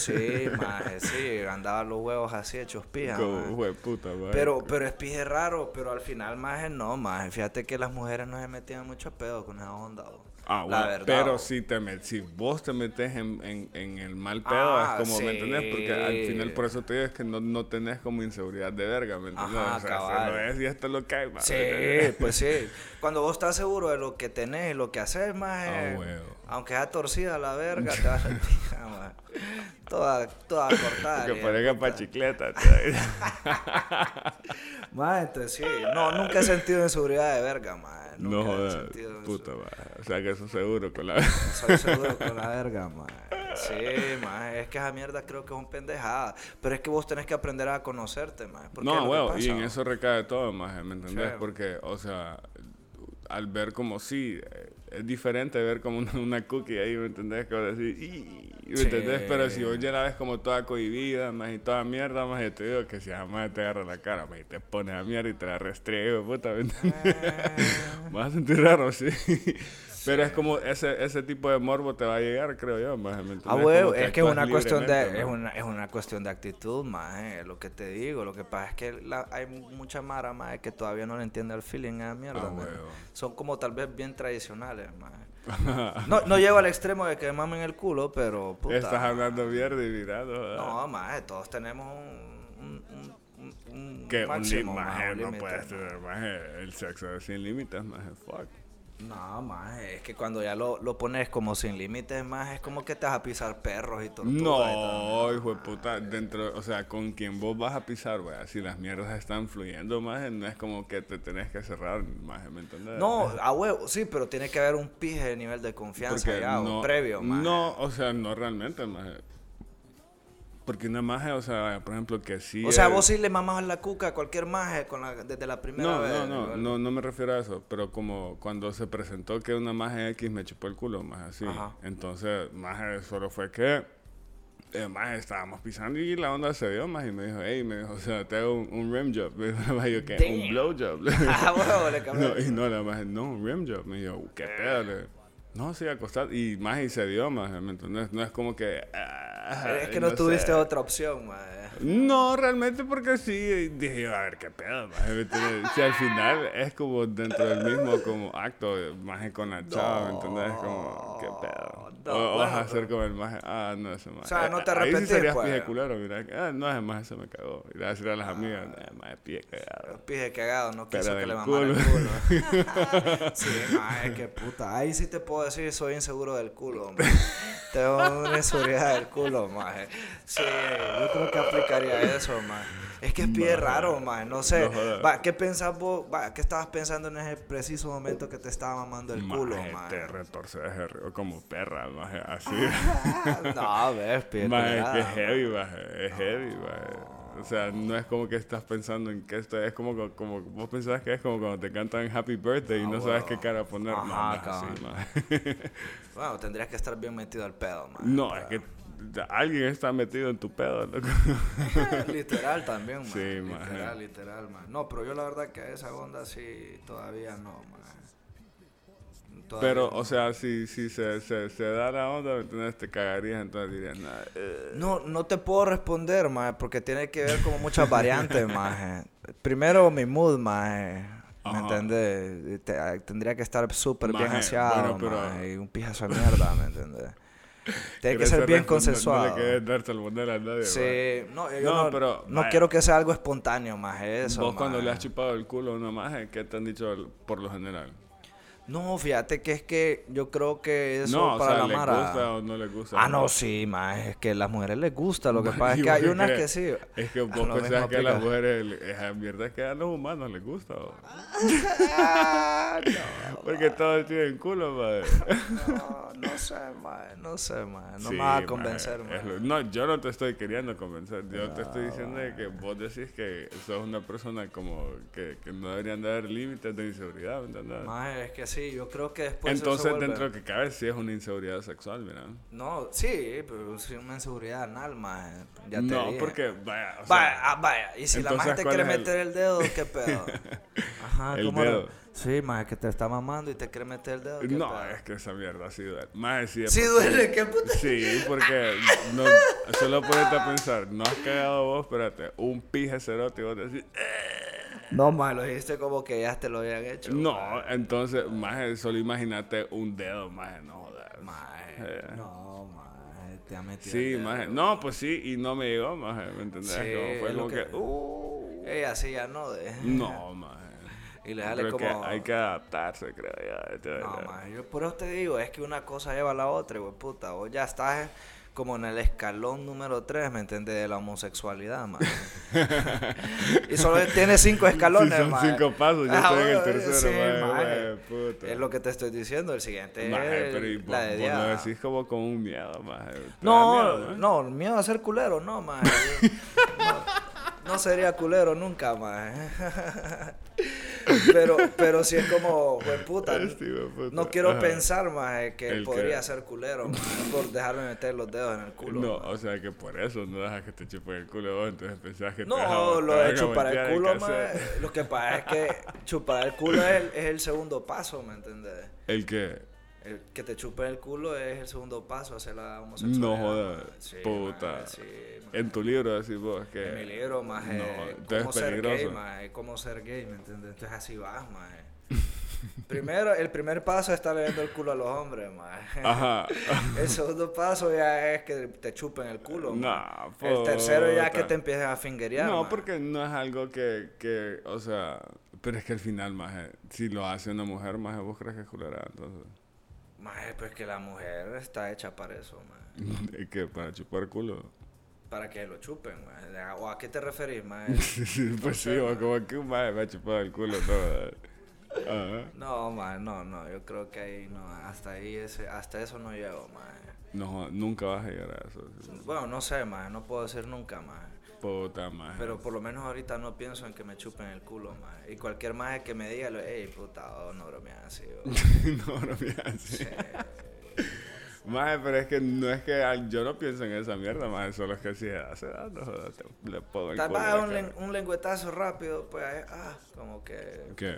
[SPEAKER 5] (laughs)
[SPEAKER 6] sí, maje, sí. Andaban los huevos así hechos pija,
[SPEAKER 5] Como, eh.
[SPEAKER 6] maje.
[SPEAKER 5] hueputa, maje.
[SPEAKER 6] Pero, pero es pije raro, pero al final, maje, no, maje. Fíjate que las mujeres no se metían mucho pedo con esa onda, vos.
[SPEAKER 5] Ah,
[SPEAKER 6] La
[SPEAKER 5] bueno,
[SPEAKER 6] verdad,
[SPEAKER 5] pero
[SPEAKER 6] vos.
[SPEAKER 5] si, te met- si vos te metes en, en- en el mal pedo,
[SPEAKER 6] Ah,
[SPEAKER 5] es como, ¿me
[SPEAKER 6] sí.
[SPEAKER 5] entendés? Porque al final por eso te digo es que no, no tenés como inseguridad de verga, ¿me entendés?
[SPEAKER 6] Ajá,
[SPEAKER 5] o sea,
[SPEAKER 6] cabal.
[SPEAKER 5] se lo es y esto lo cae, ma, ¿me
[SPEAKER 6] Sí,
[SPEAKER 5] (laughs) entendés?
[SPEAKER 6] pues sí. Cuando vos estás seguro de lo que tenés y lo que haces, más
[SPEAKER 5] Ah, huevo.
[SPEAKER 6] aunque sea torcida la
[SPEAKER 5] (laughs)
[SPEAKER 6] verga, te vas a pija, maje. Toda, toda cortada.
[SPEAKER 5] Que
[SPEAKER 6] y-
[SPEAKER 5] parezca pa' chicleta.
[SPEAKER 6] (laughs)
[SPEAKER 5] tío.
[SPEAKER 6] Maje, entonces sí. No, nunca he sentido inseguridad de verga, maje. Nunca
[SPEAKER 5] No
[SPEAKER 6] he
[SPEAKER 5] jodas,
[SPEAKER 6] sentido eso.
[SPEAKER 5] puta, ma. O sea, que eso seguro con la...
[SPEAKER 6] (laughs) Soy seguro con la verga, maje. Sí, maje. Es que esa mierda creo que es un pendejada. Pero es que vos tenés que aprender a conocerte, maje. porque es lo
[SPEAKER 5] No,
[SPEAKER 6] que
[SPEAKER 5] huevo,
[SPEAKER 6] pasa,
[SPEAKER 5] y en
[SPEAKER 6] vos.
[SPEAKER 5] eso recae todo, maje, ¿me entendés?
[SPEAKER 6] Sí.
[SPEAKER 5] Porque, o sea, al ver como sí, eh, es diferente ver como una, una cookie ahí, ¿me entendés? Como decir, "Ih", ¿me
[SPEAKER 6] Sí.
[SPEAKER 5] entendés? Pero si vos ya la ves como toda cohibida, más y toda mierda, más y te digo que si jamás te agarra la cara, más y te pones a mierda y te la restriego, puta, ¿me entendés?
[SPEAKER 6] Ah.
[SPEAKER 5] (laughs) Vas a sentir raro, sí. Pero es como ese, ese tipo de morbo te va a llegar, creo yo, maje, ¿me entendés?
[SPEAKER 6] Ah,
[SPEAKER 5] Como
[SPEAKER 6] huevo, es que es
[SPEAKER 5] actúas
[SPEAKER 6] una cuestión de
[SPEAKER 5] libremente,
[SPEAKER 6] es
[SPEAKER 5] ¿no?
[SPEAKER 6] una, es una cuestión de actitud, maje, lo que te digo, lo que pasa es que la- hay mu- mucha mara, maje, que todavía no le entiende el feeling a esa mierda,
[SPEAKER 5] Ah,
[SPEAKER 6] maje.
[SPEAKER 5] huevo.
[SPEAKER 6] Son como tal vez bien tradicionales, maje.
[SPEAKER 5] (laughs)
[SPEAKER 6] No, no llego al extremo de que mamen el culo, pero puta.
[SPEAKER 5] Estás hablando mierda y mirando.
[SPEAKER 6] No, maje, todos tenemos un un, un, un- un
[SPEAKER 5] Que un
[SPEAKER 6] máximo,
[SPEAKER 5] límite,
[SPEAKER 6] maje, un
[SPEAKER 5] no
[SPEAKER 6] límite,
[SPEAKER 5] puedes
[SPEAKER 6] maje.
[SPEAKER 5] tener maje, el sexo es sin límites, maje, eh, fuck.
[SPEAKER 6] No, más, es que cuando ya lo, lo pones como sin límites, más es como que te vas a pisar perros y tortugas. y todo.
[SPEAKER 5] No, hijo de puta, dentro, o sea, con quien vos vas a pisar, wea, si las mierdas están fluyendo más, no es como que te tenés que cerrar más, ¿me entendés?
[SPEAKER 6] No, a huevo, sí, pero tiene que haber un pije de nivel de confianza
[SPEAKER 5] porque
[SPEAKER 6] ya,
[SPEAKER 5] no,
[SPEAKER 6] un previo, eh. más.
[SPEAKER 5] No, o sea, no realmente, maje. Porque una maje, o sea, por ejemplo, que sí.
[SPEAKER 6] O sea,
[SPEAKER 5] eh,
[SPEAKER 6] vos sí le mamabas la cuca a cualquier maje con la- desde la primera
[SPEAKER 5] No,
[SPEAKER 6] vez.
[SPEAKER 5] no, no,
[SPEAKER 6] igual. (laughs)
[SPEAKER 5] no, no me refiero a eso, pero como cuando se presentó que una maje X me chupó el culo, más así.
[SPEAKER 6] Ajá.
[SPEAKER 5] Entonces, maje solo fue que, eh, maje, estábamos pisando y la onda se dio, más y me dijo, hey, me dijo, o sea, te hago un, un rim job. (laughs) Me dijo, yo, ¿qué? Un
[SPEAKER 6] Damn.
[SPEAKER 5] blow job.
[SPEAKER 6] (laughs)
[SPEAKER 5] (laughs)
[SPEAKER 6] Ah, huevo, le cambió.
[SPEAKER 5] no, y no, la maje, no, un rim job. Me dijo,
[SPEAKER 6] Eh.
[SPEAKER 5] ¿qué pedo? le digo. No, sí, acostar. Y más y se dio, más, ¿me entiendes? No es como que... ah,
[SPEAKER 6] Es que no,
[SPEAKER 5] sé.
[SPEAKER 6] tuviste otra opción, maje.
[SPEAKER 5] No, realmente porque sí, dije yo, a ver qué pedo, maje, ¿me entiendes? (laughs) Si al final es como dentro del mismo como acto, maje con la chava, ¿me ¿entendés? Como, qué pedo.
[SPEAKER 6] no,
[SPEAKER 5] o, o vas a
[SPEAKER 6] bueno,
[SPEAKER 5] hacer como el maje, ah, no, ese maje.
[SPEAKER 6] O sea, no te
[SPEAKER 5] Ahí
[SPEAKER 6] arrepentís,
[SPEAKER 5] sí serías
[SPEAKER 6] pues.
[SPEAKER 5] pije culero, mira, ah, no, ese maje se me cagó. Y le vas a decir a las amigas, eh, maje, pije cagado.
[SPEAKER 6] Los pije cagados no
[SPEAKER 5] Pero
[SPEAKER 6] quiso Ah. que
[SPEAKER 5] del
[SPEAKER 6] le mamara el
[SPEAKER 5] culo. (laughs)
[SPEAKER 6] culo. (laughs) sí, maje, qué puta. Ahí sí te puedo decir, soy inseguro del
[SPEAKER 5] (laughs)
[SPEAKER 6] culo, maje. Tengo una inseguridad del culo, maje. Sí, yo creo que aplicaría eso, maje. Es que es pie raro, maje. No sé.
[SPEAKER 5] No jodas.
[SPEAKER 6] Va, ¿qué pensás vos? Va, ¿qué estabas pensando en ese preciso momento que te estaba mamando el culo,
[SPEAKER 5] Maje, Te
[SPEAKER 6] maje?
[SPEAKER 5] retorces de río como perra, maje, así.
[SPEAKER 6] (laughs) No, ves, pie
[SPEAKER 5] Maje,
[SPEAKER 6] cagado,
[SPEAKER 5] que es heavy, maje, es heavy, maje. O sea, no es como que estás pensando en que esto es como, co- como vos pensás que es como cuando te cantan Happy Birthday y no sabes qué cara poner. No,
[SPEAKER 6] Ah,
[SPEAKER 5] no,
[SPEAKER 6] Ajá,
[SPEAKER 5] es así,
[SPEAKER 6] cabrón.
[SPEAKER 5] maje.
[SPEAKER 6] Bueno, tendrías que estar bien metido al pedo, maje.
[SPEAKER 5] (laughs) no, es que alguien está metido en tu pedo, loco. (laughs)
[SPEAKER 6] (laughs) literal también, man.
[SPEAKER 5] Sí, man.
[SPEAKER 6] literal, literal, man. No, pero yo la verdad que a esa onda sí todavía no, man. Todavía
[SPEAKER 5] Pero,
[SPEAKER 6] no.
[SPEAKER 5] o sea, si, si se, se, se da la onda, ¿me entiendes? Te cagarías, entonces dirías, eh, nada.
[SPEAKER 6] No, no te puedo responder, man, porque tiene que ver como
[SPEAKER 5] (laughs)
[SPEAKER 6] muchas variantes, man. Primero mi mood, man. ¿Me
[SPEAKER 5] Ajá.
[SPEAKER 6] entiendes? Te- tendría que estar súper bien
[SPEAKER 5] Maje,
[SPEAKER 6] aseado,
[SPEAKER 5] bueno, pero-
[SPEAKER 6] man, y un pijazo de mierda, ¿me entiendes? Tiene que ser bien
[SPEAKER 5] consensuado.
[SPEAKER 6] consensuado.
[SPEAKER 5] No le quieres dar salmonela a nadie, maje.
[SPEAKER 6] Sí, no, yo
[SPEAKER 5] No,
[SPEAKER 6] no,
[SPEAKER 5] pero,
[SPEAKER 6] no
[SPEAKER 5] maje.
[SPEAKER 6] quiero que sea algo espontáneo, más eso.
[SPEAKER 5] Vos cuando
[SPEAKER 6] maje.
[SPEAKER 5] le has chupado el culo a una maje, ¿qué te han dicho por lo general?
[SPEAKER 6] No, fíjate que es que yo creo que eso
[SPEAKER 5] no, o
[SPEAKER 6] para
[SPEAKER 5] sea,
[SPEAKER 6] la
[SPEAKER 5] ¿le
[SPEAKER 6] Mara.
[SPEAKER 5] gusta o no le gusta?
[SPEAKER 6] Ah,
[SPEAKER 5] (laughs)
[SPEAKER 6] no, sí, más es que a las mujeres les gusta. Lo que pasa es
[SPEAKER 5] Y
[SPEAKER 6] que hay
[SPEAKER 5] vos
[SPEAKER 6] unas
[SPEAKER 5] crees-
[SPEAKER 6] que sí.
[SPEAKER 5] Es que
[SPEAKER 6] Ah,
[SPEAKER 5] vos
[SPEAKER 6] lo
[SPEAKER 5] pensás
[SPEAKER 6] mismo
[SPEAKER 5] que a las
[SPEAKER 6] aplica. (laughs)
[SPEAKER 5] mujeres, le- esa mierda es que a los humanos les gusta. ¿o?
[SPEAKER 6] Ah,
[SPEAKER 5] Porque todos tienen culo, madre.
[SPEAKER 6] No, no sé, más, no sé, más. (laughs) No
[SPEAKER 5] Sí,
[SPEAKER 6] me vas
[SPEAKER 5] maje,
[SPEAKER 6] a convencer,
[SPEAKER 5] es
[SPEAKER 6] más.
[SPEAKER 5] lo- No, yo no te estoy queriendo convencer. Yo te estoy diciendo de que vos decís que sos una persona como que, que no deberían de haber límites de inseguridad, ¿me entendés?
[SPEAKER 6] es que sí, yo creo que después. pues eso se
[SPEAKER 5] Entonces,
[SPEAKER 6] vuelve-
[SPEAKER 5] dentro de lo que cabe, sí es una inseguridad sexual, mira.
[SPEAKER 6] No, sí, pero es una inseguridad anal, más. Ya te
[SPEAKER 5] No,
[SPEAKER 6] dije.
[SPEAKER 5] porque, vaya, o sea, (laughs)
[SPEAKER 6] Vaya, ah, vaya. Y si la
[SPEAKER 5] entonces,
[SPEAKER 6] maje te
[SPEAKER 5] ¿cuál
[SPEAKER 6] quiere
[SPEAKER 5] es el-
[SPEAKER 6] meter el dedo,
[SPEAKER 5] (laughs)
[SPEAKER 6] ¿qué pedo? Ajá,
[SPEAKER 5] El
[SPEAKER 6] ¿cómo lo-
[SPEAKER 5] dedo.
[SPEAKER 6] Sí, más que te está mamando y te quiere meter el dedo. ¿qué
[SPEAKER 5] No,
[SPEAKER 6] pedo?
[SPEAKER 5] es que esa mierda sí duele. Más sí, de
[SPEAKER 6] Sí
[SPEAKER 5] por sí.
[SPEAKER 6] duele, qué puta.
[SPEAKER 5] Sí, porque no, solo ponete a pensar, no has cagado vos, espérate, un pije cerote y vos decís, "Eh".
[SPEAKER 6] No, más lo dijiste como que ya te lo habían hecho.
[SPEAKER 5] no, entonces, más solo imagínate un dedo, más no jodas.
[SPEAKER 6] Maje, no, maje, te ha metido.
[SPEAKER 5] Eh. Sí,
[SPEAKER 6] el dedo.
[SPEAKER 5] más no, pues sí, y no me llegó, más ¿me entendés?
[SPEAKER 6] Sí,
[SPEAKER 5] Como fue
[SPEAKER 6] es lo
[SPEAKER 5] como que,
[SPEAKER 6] que-
[SPEAKER 5] "Uh".
[SPEAKER 6] Ey, así ya no, de.
[SPEAKER 5] no, más
[SPEAKER 6] Y le sale
[SPEAKER 5] que
[SPEAKER 6] como-
[SPEAKER 5] hay que adaptarse, creo yo. este,
[SPEAKER 6] No,
[SPEAKER 5] ¿verdad?
[SPEAKER 6] maje, yo por eso te digo, es que una cosa lleva a la otra, güey, puta. Vos ya estás eh, como en el escalón número 3, ¿me entendés? De la homosexualidad, maje. y solo tiene cinco escalones, Ah,
[SPEAKER 5] Sí, son
[SPEAKER 6] maje.
[SPEAKER 5] cinco pasos, yo estoy en el
[SPEAKER 6] güey,
[SPEAKER 5] tercero, maje, maje, puta.
[SPEAKER 6] Es lo que te estoy diciendo, el siguiente
[SPEAKER 5] (laughs) Maje,
[SPEAKER 6] es
[SPEAKER 5] pero y
[SPEAKER 6] la
[SPEAKER 5] vos, vos
[SPEAKER 6] de
[SPEAKER 5] lo
[SPEAKER 6] diablo.
[SPEAKER 5] decís como con un miedo, más
[SPEAKER 6] No, no, miedo a ser culero, no, maje. No, no sería culero nunca, maje. (laughs) Pero, pero si es como, puta,
[SPEAKER 5] (laughs) Este hueputa,
[SPEAKER 6] no quiero
[SPEAKER 5] ajá.
[SPEAKER 6] pensar, maje, que
[SPEAKER 5] ¿El qué?
[SPEAKER 6] podría ser culero, maje, por dejarme meter los dedos en el culo.
[SPEAKER 5] No,
[SPEAKER 6] maje.
[SPEAKER 5] o sea que por eso no dejas que te chupen el culo vos, entonces pensás que te vas a-
[SPEAKER 6] No,
[SPEAKER 5] te
[SPEAKER 6] lo
[SPEAKER 5] vas
[SPEAKER 6] de
[SPEAKER 5] a
[SPEAKER 6] chupar
[SPEAKER 5] voltear
[SPEAKER 6] el
[SPEAKER 5] en
[SPEAKER 6] culo,
[SPEAKER 5] casa.
[SPEAKER 6] maje, lo que pasa es que chupar el culo es el, es el segundo paso, ¿me entendés?
[SPEAKER 5] ¿El qué?
[SPEAKER 6] El que te chupe el culo es el segundo paso hacia la homosexualidad.
[SPEAKER 5] No jodas,
[SPEAKER 6] maje. Sí,
[SPEAKER 5] puta.
[SPEAKER 6] maje, sí, maje.
[SPEAKER 5] En tu libro decís vos que...
[SPEAKER 6] En mi libro, más
[SPEAKER 5] Eh,
[SPEAKER 6] eh,
[SPEAKER 5] No,
[SPEAKER 6] cómo
[SPEAKER 5] entonces es
[SPEAKER 6] ser gay,
[SPEAKER 5] peligroso.
[SPEAKER 6] más eh, cómo ser gay, ¿me entiendes? Entonces así vas, más eh.
[SPEAKER 5] (laughs)
[SPEAKER 6] Primero, el primer paso es estar leyendo el culo a los hombres, más eh.
[SPEAKER 5] Ajá.
[SPEAKER 6] (laughs) El segundo paso ya es que te chupen el culo,
[SPEAKER 5] Nah,
[SPEAKER 6] maje. El tercero
[SPEAKER 5] puta.
[SPEAKER 6] ya que te empieces a fingerear,
[SPEAKER 5] no,
[SPEAKER 6] maje.
[SPEAKER 5] porque no es algo que, que, o sea, Pero es que al final, maje, si lo hace una mujer, maje, vos crees que es culera, entonces. (laughs)
[SPEAKER 6] Maje, pues que la mujer está hecha para eso, maje.
[SPEAKER 5] Es que para chupar culo. (laughs)
[SPEAKER 6] Para que lo chupen, maje. ¿O a qué te referís, maje?
[SPEAKER 5] (laughs) Sí, sí, pues sí, o como que un maje me ha chupado el culo,
[SPEAKER 6] (laughs)
[SPEAKER 5] no. Ajá.
[SPEAKER 6] No, maje, no, no. Yo creo que ahí no. Hasta ahí, ese, hasta eso no llego, maje.
[SPEAKER 5] No, nunca vas a llegar a eso.
[SPEAKER 6] Bueno, no sé, maje. No puedo decir nunca, maje.
[SPEAKER 5] Puta, maje.
[SPEAKER 6] Pero por lo menos ahorita no pienso en que me chupen el culo, maje. Y cualquier maje que me diga, hey, puta, oh, no bromeas así,
[SPEAKER 5] (laughs)
[SPEAKER 6] oh".
[SPEAKER 5] no, no me
[SPEAKER 6] (laughs)
[SPEAKER 5] así. Maje, pero es que no es que al- yo no pienso en esa mierda, maje, solo es que si se da, se da, no jodas, te- le pongo el
[SPEAKER 6] Tal
[SPEAKER 5] culo
[SPEAKER 6] vez
[SPEAKER 5] en la
[SPEAKER 6] un, len-
[SPEAKER 5] cara.
[SPEAKER 6] un lengüetazo rápido, pues, ahí, ah, como que,
[SPEAKER 5] ¿Qué?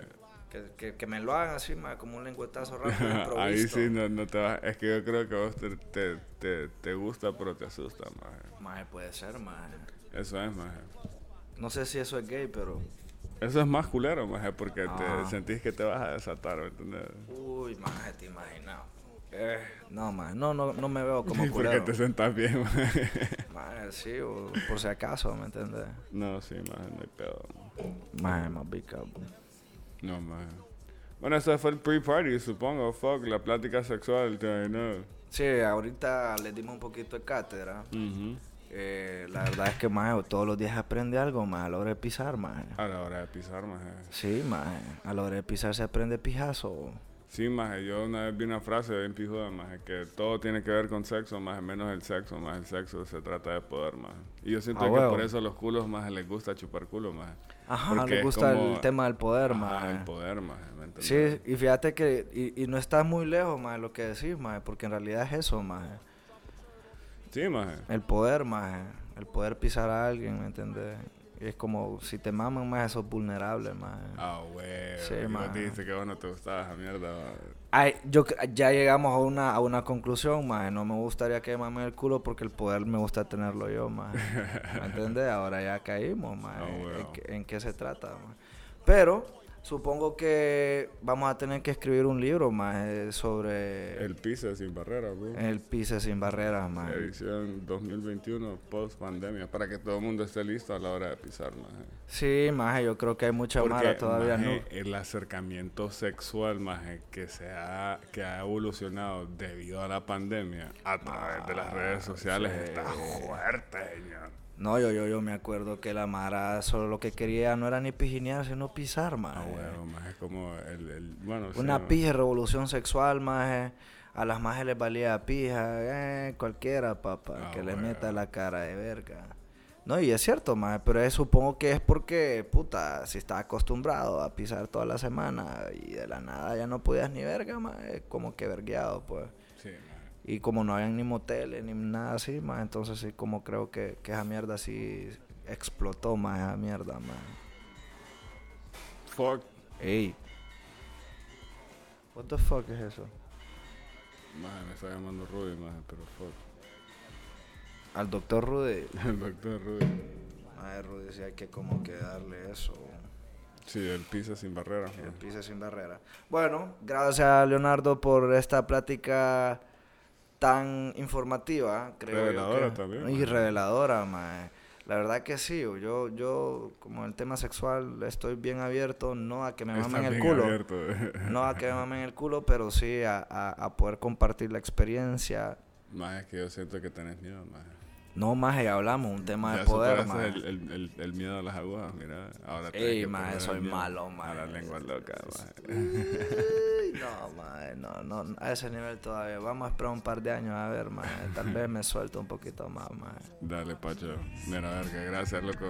[SPEAKER 6] que, que- que me lo hagan así, maje, como
[SPEAKER 5] (laughs)
[SPEAKER 6] un lengüetazo rápido.
[SPEAKER 5] Ahí
[SPEAKER 6] improviso.
[SPEAKER 5] sí no, no te vas. Es que yo creo que a vos te, te, te, te gusta, pero te asusta, maje.
[SPEAKER 6] Maje, puede ser, maje.
[SPEAKER 5] Eso es, maje.
[SPEAKER 6] No sé si eso es gay, pero.
[SPEAKER 5] Eso es más culero, maje, porque
[SPEAKER 6] Ah.
[SPEAKER 5] te sentís que te vas a desatar, ¿me ¿entendés?
[SPEAKER 6] Uy, maje, te imaginas. Eh, no, maje, no, no, no me veo
[SPEAKER 5] (laughs)
[SPEAKER 6] como
[SPEAKER 5] Y (laughs) porque
[SPEAKER 6] culero.
[SPEAKER 5] te sentás bien, (laughs) maje.
[SPEAKER 6] Maje, sí, o- por si acaso, ¿me entiendes?
[SPEAKER 5] No, sí, maje, no hay pedo.
[SPEAKER 6] Maje, más bica,
[SPEAKER 5] No, maje. Bueno, eso fue el pre-party, supongo. Fuck, la plática sexual, te no.
[SPEAKER 6] Sí, ahorita les dimos un poquito de cátedra. Eh, la verdad es que, maje, todos los días aprende algo, maje, a la hora de pisar, maje.
[SPEAKER 5] A la hora de pisar, maje.
[SPEAKER 6] Sí, maje, a la hora de pisar se aprende pijazo.
[SPEAKER 5] Sí, maje, yo una vez vi una frase bien pijuda, maje, que todo tiene que ver con sexo, más menos el sexo, más el sexo se trata de poder, maje. Y yo siento
[SPEAKER 6] Ah,
[SPEAKER 5] que
[SPEAKER 6] huevo.
[SPEAKER 5] por eso a los culos, maje, les gusta chupar culo, maje.
[SPEAKER 6] Ajá,
[SPEAKER 5] Porque
[SPEAKER 6] les
[SPEAKER 5] es
[SPEAKER 6] gusta
[SPEAKER 5] como-
[SPEAKER 6] el tema del poder,
[SPEAKER 5] Ajá,
[SPEAKER 6] maje.
[SPEAKER 5] el poder, maje, ¿me entendés?
[SPEAKER 6] Sí, y fíjate que, y, y no estás muy lejos, maje, lo que decís, maje, porque en realidad es eso, maje.
[SPEAKER 5] Sí, maje.
[SPEAKER 6] El poder, maje, el poder pisar a alguien, ¿me entendés? Y es como, si te maman, maje, sos vulnerable, maje.
[SPEAKER 5] Ah, güey.
[SPEAKER 6] Sí, Eh.
[SPEAKER 5] y vos
[SPEAKER 6] maje.
[SPEAKER 5] dijiste que vos no te gustaba esa mierda, maje.
[SPEAKER 6] Ay, yo, cre- ya llegamos a una, a una conclusión, maje, no me gustaría que me mamen el culo porque el poder me gusta tenerlo yo, maje. ¿Me
[SPEAKER 5] (laughs)
[SPEAKER 6] entendés? Ahora ya caímos, maje.
[SPEAKER 5] Ah, bueno.
[SPEAKER 6] ¿En, qué- en qué se trata, maje? Pero... Supongo que vamos a tener que escribir un libro más sobre
[SPEAKER 5] El piso sin barrera, güey.
[SPEAKER 6] El pise sin barreras, man.
[SPEAKER 5] Edición 2021, post pandemia, para que todo el mundo esté listo a la hora de pisar, maje.
[SPEAKER 6] Sí, maje, yo creo que hay mucha
[SPEAKER 5] Porque,
[SPEAKER 6] mara todavía,
[SPEAKER 5] maje,
[SPEAKER 6] ¿no?
[SPEAKER 5] el acercamiento sexual maje, que se ha, que ha evolucionado debido a la pandemia a través de las redes
[SPEAKER 6] Ah,
[SPEAKER 5] sociales está fuerte, señor.
[SPEAKER 6] No, yo, yo, yo me acuerdo que la mara solo lo que quería no era ni pijinear, sino pisar, maje.
[SPEAKER 5] Ah, huevo, maje, como el, el- bueno, Pues sí,
[SPEAKER 6] Una
[SPEAKER 5] ¿no?
[SPEAKER 6] pija revolución sexual, maje. A las majes les valía pija, eh, cualquiera, papá,
[SPEAKER 5] Ah,
[SPEAKER 6] que le
[SPEAKER 5] bueno.
[SPEAKER 6] meta la cara de verga. No, y es cierto, maje, pero es- supongo que es porque, puta, si estás acostumbrado a pisar toda la semana y de la nada ya no podías ni verga, maje, como que vergueado, pues.
[SPEAKER 5] Sí, maje.
[SPEAKER 6] Y como no habían ni moteles ni nada así, más entonces sí, como creo que, que esa mierda sí explotó más esa mierda, más.
[SPEAKER 5] Fuck,
[SPEAKER 6] Ey. What the fuck es eso?
[SPEAKER 5] maje, me está llamando Rudy, maje, pero fuck. (laughs)
[SPEAKER 6] Al doctor Rudy.
[SPEAKER 5] El doctor Rudy.
[SPEAKER 6] Madre Rudy, sí hay que como que darle eso.
[SPEAKER 5] Sí, el pisa sin barreras.
[SPEAKER 6] El
[SPEAKER 5] maje.
[SPEAKER 6] piso sin barrera. Bueno, gracias a Leonardo por esta plática tan informativa, creo yo
[SPEAKER 5] Reveladora
[SPEAKER 6] que-
[SPEAKER 5] también,
[SPEAKER 6] Y
[SPEAKER 5] mae.
[SPEAKER 6] reveladora, mae. La verdad que sí, yo, yo como el tema sexual estoy bien abierto, no a que me
[SPEAKER 5] Está
[SPEAKER 6] mamen el
[SPEAKER 5] bien
[SPEAKER 6] culo,
[SPEAKER 5] abierto.
[SPEAKER 6] (laughs) no a que me mamen el culo, pero sí a, a- a poder compartir la experiencia.
[SPEAKER 5] (laughs) Maje, es que yo siento que tenés miedo, maje.
[SPEAKER 6] No más, ya hablamos, un tema
[SPEAKER 5] Ya
[SPEAKER 6] de poder,
[SPEAKER 5] superaste El,
[SPEAKER 6] mae.
[SPEAKER 5] el, el, el miedo a las agujas, mira. Ahora tenés
[SPEAKER 6] Ey,
[SPEAKER 5] que
[SPEAKER 6] maje,
[SPEAKER 5] perder
[SPEAKER 6] soy
[SPEAKER 5] el miedo
[SPEAKER 6] malo,
[SPEAKER 5] A la
[SPEAKER 6] maje.
[SPEAKER 5] lengua loca, maje.
[SPEAKER 6] Ay, No, mae, no, no, a ese nivel todavía. Vamos a esperar un par de años a ver, mae. Tal vez me suelto un poquito más, mae.
[SPEAKER 5] (laughs) Dale, Pacho. Mira, verga, gracias, loco.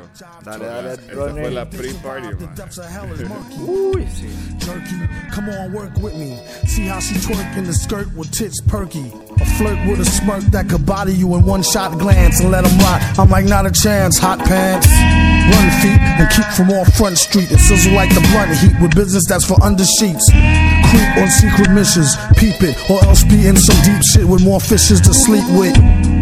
[SPEAKER 6] Dale, dale,
[SPEAKER 5] Esta fue
[SPEAKER 6] Ronnie.
[SPEAKER 5] la pre-party,
[SPEAKER 8] (laughs) The
[SPEAKER 5] man.
[SPEAKER 8] depths of hell is murky.
[SPEAKER 6] Uy, sí.
[SPEAKER 8] jerky. Come on, work with me. See how she twerk in the skirt with tits perky. A flirt with a smirk that could body you in one shot glance and let 'em rot. I'm like, not a chance, hot pants. Run feet and keep from off front street and sizzle like the blunt heat with business that's for under sheets. Creep on secret missions, peep it, or else be in some deep shit with more fishes to sleep with.